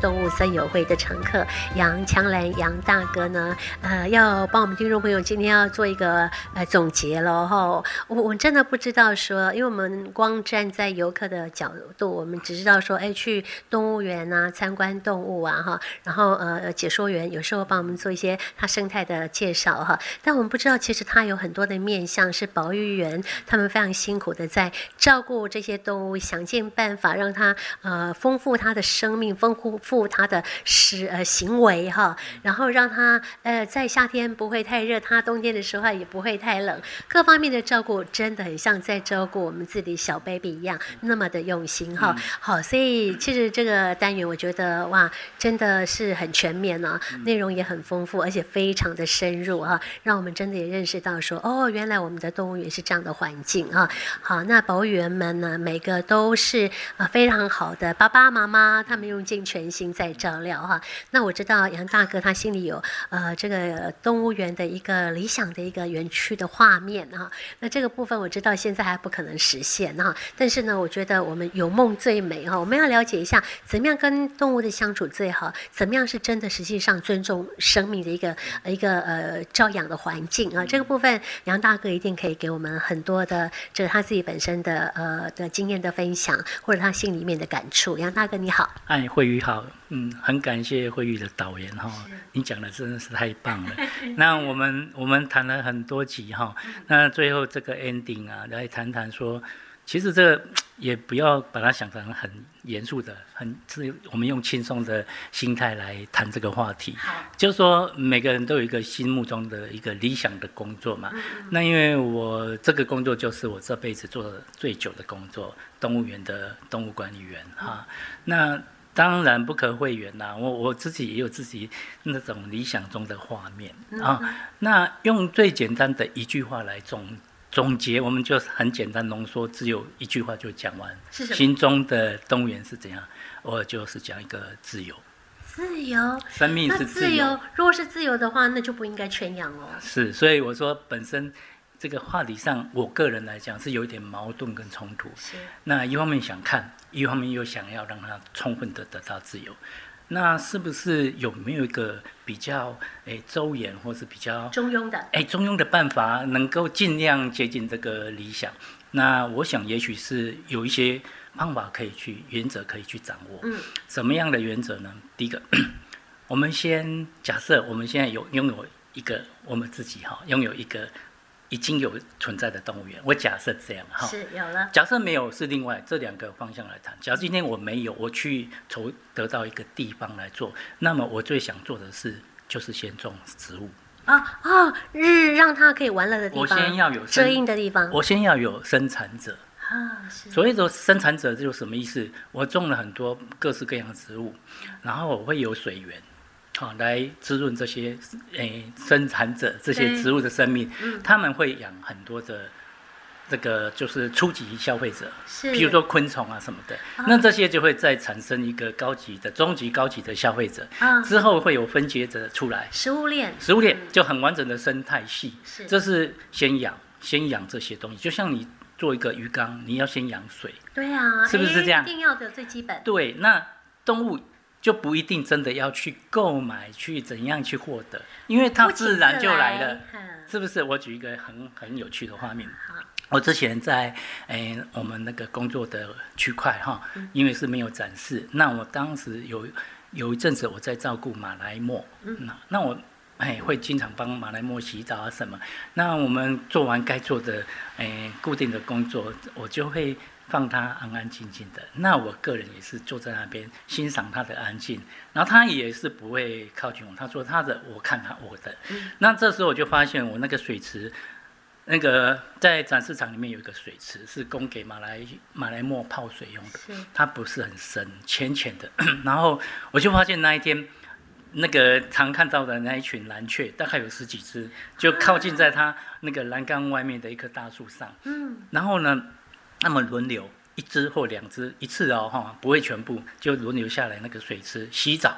动物森友会的常客杨强兰杨大哥呢，呃，要帮我们听众朋友今天要做一个呃总结了哈、我我真的不知道说，因为我们光站在游客的角度，我们只知道说，哎，去动物园啊，参观动物啊哈，然后呃，解说员有时候帮我们做一些它生态的介绍哈，但我们不知道其实它有很多的面向是保育员他们非常辛苦的在照顾这些动物，想尽办法让它呃丰富它的生命，丰富它的食呃行为哈，然后让它呃在夏天不会太热，它冬天的时候也不会太冷，各方面的照顾真的很像在照顾我们自己小 baby 一样，那么的用心哈。好，所以其实这个单元我觉得哇，真的是很全面啊，内容也很丰富，而且非常的深入哈、让我们真的也认识到说，哦，原来我们的动物园是这样的环境啊。好，那保育员们呢，每个都是呃非常好的爸爸妈妈，他们用尽全心在照料哈、那我知道杨大哥他心里有呃这个动物园的一个理想的一个园区的画面啊，那这个部分我知道现在还不可能实现哈、但是呢，我觉得我们有梦最美哈、我们要了解一下怎么样跟动物的相处最好，怎么样是真的实际上尊重生命的一个呃一个呃照养的环境啊，这个部分杨大哥一定可以给我们很多的这个他自己本身的呃的经验的分享，或者他心里面的感触。杨大哥你好。哎，慧宇好，嗯，很感谢慧宇的导演哈、你讲的真的是太棒了。那我们我们谈了很多集哈、那最后这个 ending 啊，来谈谈说，其实这个也不要把它想成很严肃的，很是我们用轻松的心态来谈这个话题。就是说每个人都有一个心目中的一个理想的工作嗯嘛。那因为我这个工作就是我这辈子做的最久的工作，动物园的动物管理员哈、那当然不可讳言啦、我我自己也有自己那种理想中的画面嗯啊、那用最简单的一句话来总总结，我们就很简单浓缩，只有一句话就讲完。是什么心中的动物园是怎样？我就是讲一个自由，自由，生命那是自由，如果是自由的话，那就不应该圈养哦。是，所以我说本身这个话题上，我个人来讲是有一点矛盾跟冲突。是，那一方面想看，一方面又想要让他充分的得到自由，那是不是有没有一个比较诶周延，或是比较中庸的。哎，中庸的办法能够尽量接近这个理想。那我想，也许是有一些方法可以去，原则可以去掌握。嗯，什么样的原则呢？第一个， 我们先假设我们现在有拥有一个我们自己哈，拥有一个已经有存在的动物园。我假设这样啊哈，是有了，假设没有是另外这两个方向来谈。假如今天我没有，我去筹得到一个地方来做，那么我最想做的是就是先种植物。啊啊，日让它可以玩乐的地我方，先要有遮生阴的地方我先要有生产者，啊，是所谓的生产者就是什么意思？我种了很多各式各样的植物，然后我会有水源，好、来滋润这些诶、生产者这些对植物的生命嗯，他们会养很多的这个就是初级消费者，是，譬如说昆虫啊什么的，那这些就会再产生一个高级的、中级、高级的消费者，啊，之后会有分解者出来，食物链食物链就很完整的生态系。是这是先养，先养这些东西，就像你做一个鱼缸，你要先养水。对啊，是不是哎这样一定要的最基本，对，那动物就不一定真的要去购买，去怎样去获得，因为它不请自然就自来了，，嗯是不是？我举一个很很有趣的画面。好，我之前在诶、我们那个工作的区块哈，因为是没有展示，那我当时有有一阵子我在照顾马来貘，那那我哎会经常帮马来貘洗澡啊什么。那我们做完该做的诶、固定的工作，我就会放它安安静静的。那我个人也是坐在那边欣赏它的安静，然后它也是不会靠近我，它说它的，我看它我的。那这时候我就发现我那个水池。那个在展示场里面有一个水池，是供给马来马来貘泡水用的，是它不是很深，浅浅的。 然后我就发现那一天，那个常看到的那一群蓝雀，大概有十几只，就靠近在它那个栏杆外面的一棵大树上。嗯，然后呢，那么轮流一只或两只一次哦哈，不会全部就轮流下来那个水池洗澡。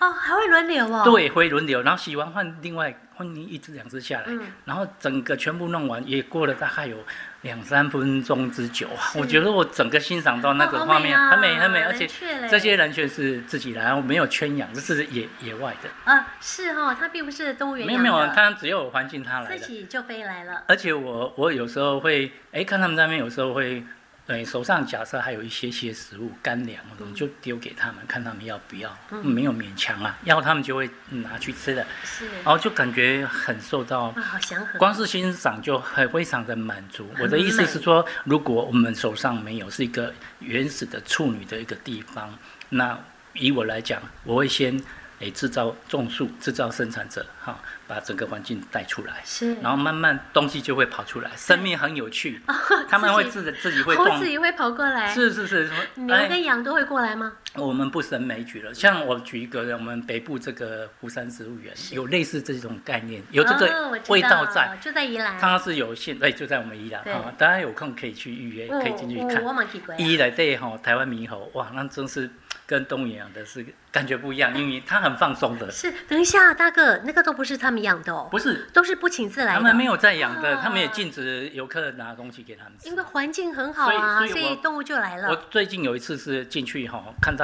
哦，还会轮流哦。对，会轮流，然后洗完换另外换一只两只下来，嗯然后整个全部弄完也过了大概有两三分钟之久啊！我觉得我整个欣赏到那哦个好画面、啊很美很美，而且雀嘞这些人全是自己来，然后没有圈养，这是野野外的，啊是哦，它并不是动物园没有没养有，的他只有环境他来自的。己就飞来了。而且我我有时候会哎看他们那边有时候会，对手上假设还有一些些食物干粮，我们就丢给他们，看他们要不要，嗯没有勉强啊，要他们就会嗯拿去吃的，是然后就感觉很受到啊，好祥和。光是欣赏就很非常的满足。很我的意思是说，如果我们手上没有是一个原始的处女的一个地方，那以我来讲，我会先诶制造种树，制造生产者，哈，把整个环境带出来。是，然后慢慢东西就会跑出来，生命很有趣， 他们会自己自己会哦猴动子，也会跑过来，是是是，牛哎，跟羊都会过来吗？我们不胜枚举了。像我举一个，我们北部这个湖山植物园有类似这种概念，有这哦我个知味道道在，就在宜兰。它是有限，对，就在我们宜兰对嗯哈，大家有空可以去预约，可以进去我看我。忘记过了。一来对吼，台湾猕猴，哇，那真是跟动物园养的是感觉不一嗯样，因为它很放松的，是，等一下，大哥，那个都不是他们养的哦，不是都是不啊请自来他们没的。有在养的，啊他们也禁止游客拿东西给他们吃因。为环境很好啊，所以所所以我以动物就来我了。最近有一次是进去哈、看到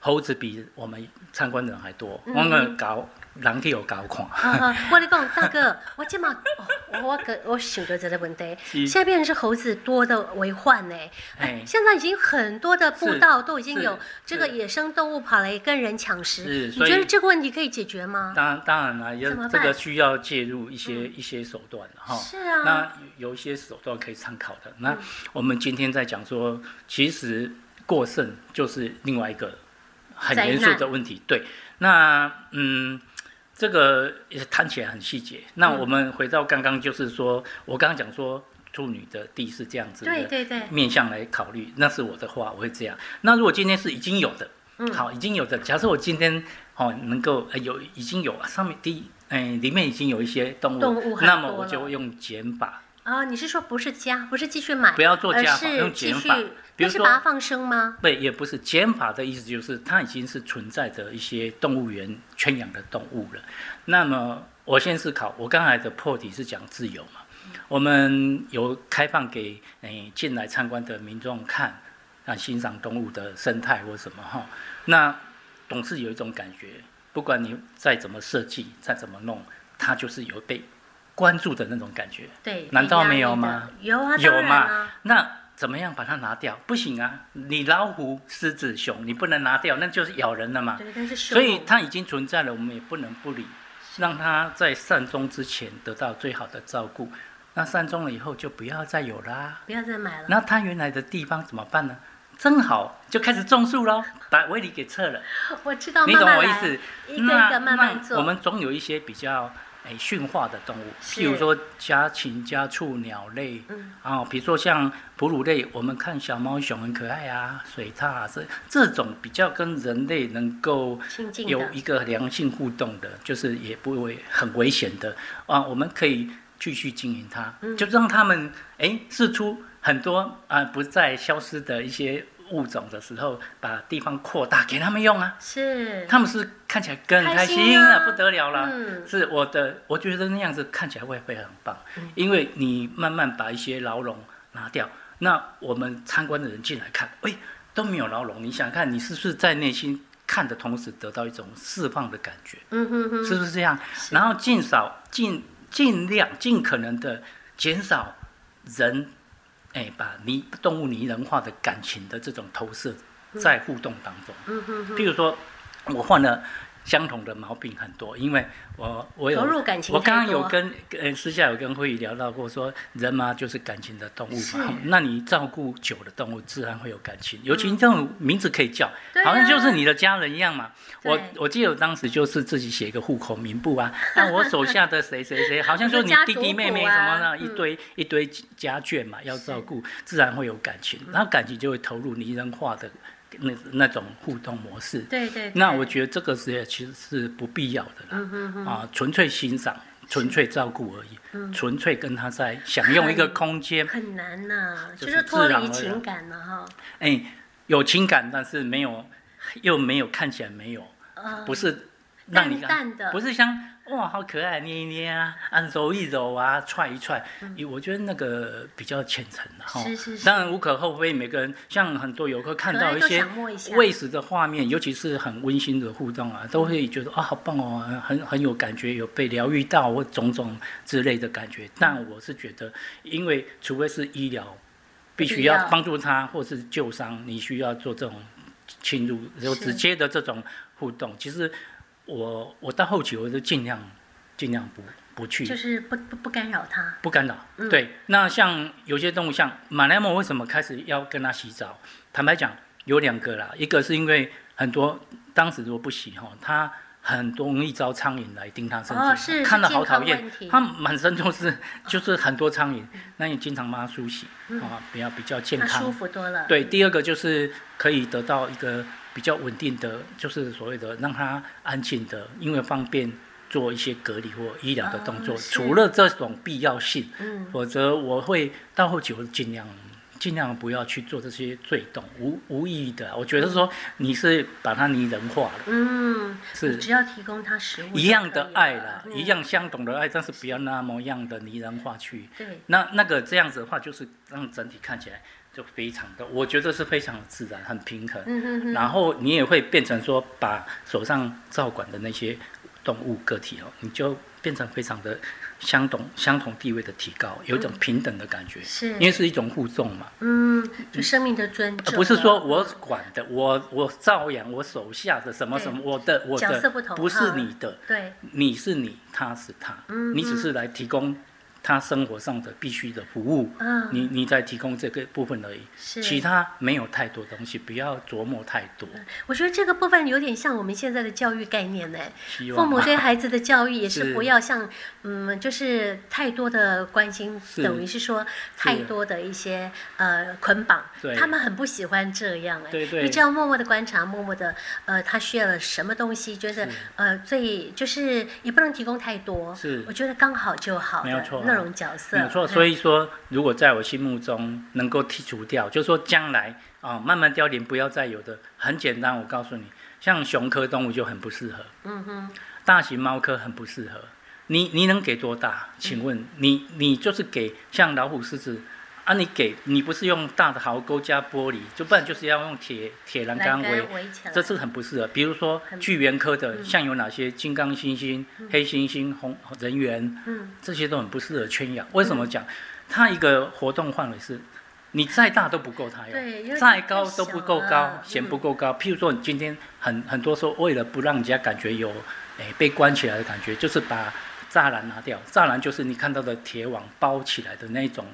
猴子比我们参观的人还多，嗯我们搞人去有搞看，啊我跟你讲，大哥，我今嘛，哦我个我想到这个问题，是现在变成是猴子多的为患呢。哎哎，现在已经很多的步是道都已经是有这个是野生动物跑来跟人抢食，是你所以觉得这个问题可以解决吗？当然当然了，要怎么办嗯这个需要介入一些、一些手段哈、是啊嗯那有一些手段可以参考的。那我们今天在讲说，其实过剩就是另外一个很灾难严肃的问题。对，那嗯，这个也谈起来很细节。那嗯我们回到刚刚，就是说、我刚刚讲说处女的地是这样子的，对对对，面向来考虑，那是我的话，我会这样。那如果今天是已经有的，嗯好，已经有的，假设我今天哦能够、呃、有已经有上面第一，哎、里面已经有一些动物，动物很那么多我了就用减法，啊，你是说不是加，不是继续买，不要做而加法，呃是用继减续法。，比那如是说把它放生吗？对，也不是减法的意思，就是它已经是存在的一些动物园圈养的动物了。那么我先思考，我刚才的破题是讲自由嘛，我们有开放给诶进来参观的民众看，啊欣赏动物的生态或什么哈。那总是有一种感觉，不管你再怎么设计，再怎么弄，它就是有被关注的那种感觉。对，难被道压没抑有的吗？有啊，有当然嘛啊？？那怎么样把它拿掉？不行啊！你老虎、狮子、熊，你不能拿掉，那就是咬人了嘛。对，但是所以凶它已经存在了，我们也不能不理，让它在善终之前得到最好的照顾。那善终了以后就不要再有啦。不要再买了。那它原来的地方怎么办呢？正好就开始种树喽，把围篱给撤了。我知道，你哦慢懂慢我意来思？一个那一个慢慢那做。我们总有一些比较诶驯化的动物，是譬如说家禽、家畜、鸟类，嗯啊、比如说像哺乳类，我们看小猫熊很可爱啊，水獭、啊、这这种比较跟人类能够亲近有的，一个良性互动嗯的，就是也不会很危险的啊，我们可以继续经营它，嗯就让他们诶试出很多啊不再消失的一些物种的时候，把地方扩大给他们用啊。是他们是看起来更开开心心啊啊，不得了啦！嗯是我的，我觉得那样子看起来会会很棒，嗯因为你慢慢把一些牢笼拿掉，那我们参观的人进来看，哎，都没有牢笼，你想看，你是不是在内心看的同时得到一种释放的感觉？嗯哼哼，是不是这样？是然后尽少尽尽量尽可能的减少人，哎，把你动物拟人化的感情的这种投射在互动当中。嗯哼哼，譬如说，我患了相同的毛病很多，因为我我有投入感情我太多刚刚有跟呃私下有跟慧宇聊到过说，人嘛就是感情的动物是嗯嘛，那你照顾久了动物，自然会有感情，尤其这种名字可以叫，对啊好像就是你的家人一样嘛。对我我记得我当时就是自己写一个户口名 簿啊，那我手下的谁谁谁，好像就是你弟弟妹妹什家族么谱啊的，一堆、一堆家眷嘛，要照顾，自然会有感情，嗯然后感情就会投入拟人化的那那种互动模式。对对。那对我觉得这个职业其实是不必要的啦，嗯嗯哼哼，啊，纯粹欣赏、纯粹照顾而已，纯粹跟他在享用一个空间，很难呐，就就是是脱自然离而情然感了哈。哎，有情感，但是没有，又没有看起来没有，嗯不是让你淡淡的不是像哇好可爱捏一捏啊啊揉一揉啊踹一踹，我觉得那个比较浅层的哈。嗯是是是当然无可厚非，每个人像很多游客看可爱到一都些想摸一下喂食的画面，尤其是很温馨的互动啊，都会觉得啊好棒哦，很很有感觉，有被疗愈到或种种之类的感觉。但我是觉得，因为除非是医疗。必须必要要帮助他或是救伤，你需要做这种侵入，就是直接的这种互动。其实我我到后期我就尽量尽量不不去、就是不不不干扰他，不干扰。嗯对，那像有些动物，像马来貘为什么开始要跟它洗澡？坦白讲，有两个啦，一个是因为很多当时如果不洗哈，它很容易招苍蝇来叮它身体，哦是看了是好讨健康厌问题，哦它满身都是就是很多苍蝇，那你经常帮它梳洗啊，比较比较健他嗯康舒。服多了。对，第二个就是可以得到一个比较稳定的，就是所谓的让它安静的，因为方便做一些隔离或医疗的动作。哦是除了这种必要性，嗯，否则我会到后期我尽量尽量不要去做这些罪动，无无意义的啊。我觉得说你是把它拟人化了，嗯，是你只要提供他食物就可以了，一样的爱啦，嗯一。样相同的爱，但是不要那么样的拟人化去。对，那那个这样子的话，就是让整体看起来就非常的，我觉得是非常自然，很平衡。嗯哼哼，然后你也会变成说，把手上照管的那些动物个体哦，你就变成非常的相同相同地位的提高，有一嗯种平等的感觉，是因为是一种互动嘛，嗯，就生命的尊重了，而呃不是说我管的，我我照养我手下的什么什么，我的我角色的不同是哈嗯你的，对，你是你，他是他，你只是来提供他生活上的必须的服务，嗯你你在提供这个部分而已，是其他没有太多东西，不要琢磨太多。我觉得这个部分有点像我们现在的教育概念呢。希父望母吧对孩子的教育也是是不要像，嗯，就是太多的关心，是等于是说太多的一些呃捆绑对，他们很不喜欢这样哎。对对你只要默默的观察，默默的呃，他需要了什么东西，觉得是呃最就是也不能提供太多，是我觉得刚好就好没有错的啊那种角色，没有错，嗯所以说，如果在我心目中能够剔除掉，就是说将来啊、慢慢凋零，不要再有的，很简单。我告诉你，像熊科动物就很不适合，嗯哼，大型猫科很不适合。你你能给多大？请问你你就是给像老虎、狮子啊，你给你不是用大的壕沟加玻璃，就不然就是要用铁铁栏栏杆围杆围起来，这是很不适合。比如说很巨猿科的，像有哪些金刚猩猩、黑猩猩、红人猿，嗯这些都很不适合圈养。为什么讲？它一个活动范围是，你再大都不够它对因用，为再高都不够太小高了，嗯嫌不够高。譬如说，你今天很很多时候为了不让人家感觉有诶、被关起来的感觉，就是把栅栏拿掉。栅栏就是你看到的铁网包起来的那种。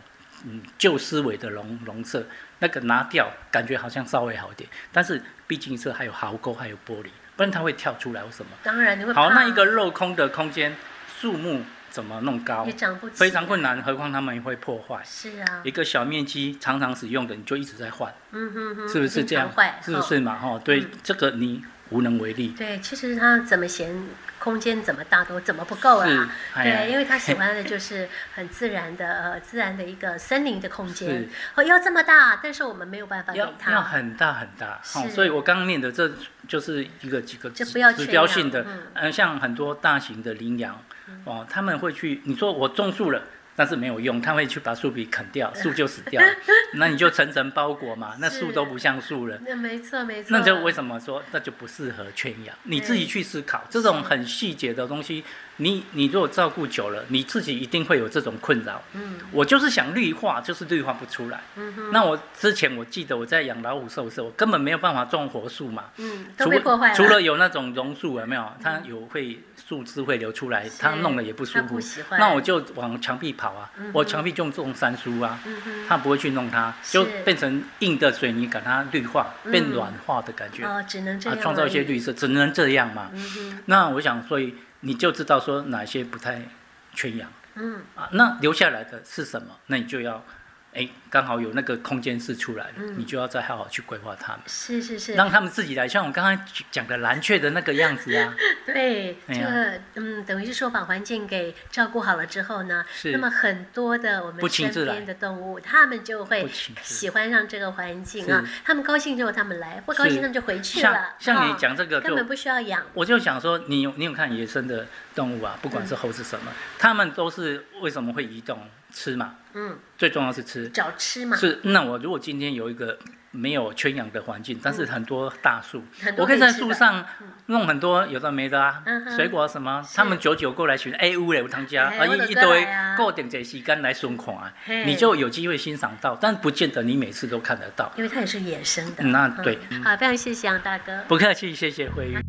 嗯，旧思维的笼笼舍，那个拿掉，感觉好像稍微好一点，但是毕竟是还有壕沟，还有玻璃，不然它会跳出来或什么。当然你会好，怕那一个镂空的空间，树木怎么弄高也？长不起非常困难，何况它们也会破坏。是啊，一个小面积常常使用的，你就一直在换，嗯哼哼，是不是经这样常嗯坏？是不哈是嘛？哈，对，这个你无能为力。对，其实他怎么嫌空间怎么大都怎么不够啊是啦？，哎呀对，因为他喜欢的 就是很自然的、呃、自然的一个森林的空间是。哦，要这么大，但是我们没有办法给要要他。很大很大，哦是所以我刚念的这就是一个几个就指不要指圈标养性的嗯，呃，像很多大型的羚羊，哦，他们会去，你说我种树了。但是没有用，他会去把树皮啃掉，树就死 掉了那你就层层包裹嘛，那树是都不像树了。那没错，没错。那就为什么说那就不适合圈养？你自己去思考这种很细节的东西，你你如果照顾久了，你自己一定会有这种困扰。嗯我就是想绿化，就是绿化不出来。嗯哼那我之前我记得我在养老虎兽的时候，我根本没有办法种活树嘛，嗯，都除被破坏除了有那种榕树有没有？它有会树枝会流出来，它弄了也不舒他服不。喜欢。那我就往墙壁跑啊，嗯哼我墙壁就种杉树啊，嗯哼，它不会去弄它，就是变成硬的水泥，把它绿化，变嗯软化的感觉。哦，只能这啊样，创造一些而已。绿色，只能这样嘛。嗯哼，那我想，所以你就知道说哪些不太缺氧嗯啊。那留下来的是什么？那你就要哎，刚好有那个空间是出来了，你就要再好好去规划他们，是是嗯是，让他们自己来，像我刚才讲的蓝雀的那个样子啊，对，这哎呀个嗯，等于是说把环境给照顾好了之后呢，是那么很多的我不们请身自来边的动物，它们就会不请自来喜欢上这个环境啊。它们高兴之后，它们来；不高是兴，它们就回去像了。像你哦讲这个根就本不需要养。我就想说，你有你有看野生的动物啊，不管是猴子什么，它们都是为什么会移动？吃嘛，嗯，最重要是吃。找吃嘛，是，那我如果今天有一个没有圈养的环境，但是很多大树，嗯很多我可以在吃的树上弄很多有的没的啊，嗯哼水果什么，是他们久久过来寻，哎，有嘞，有汤家，哎啊，我就一过一来堆啊哎够点这时间来存款啊，嘿你就有机会欣赏到，但不见得你每次都看得到。因为它也是野生的。那嗯对，好，非常谢谢杨大哥。不客气，谢谢慧玉。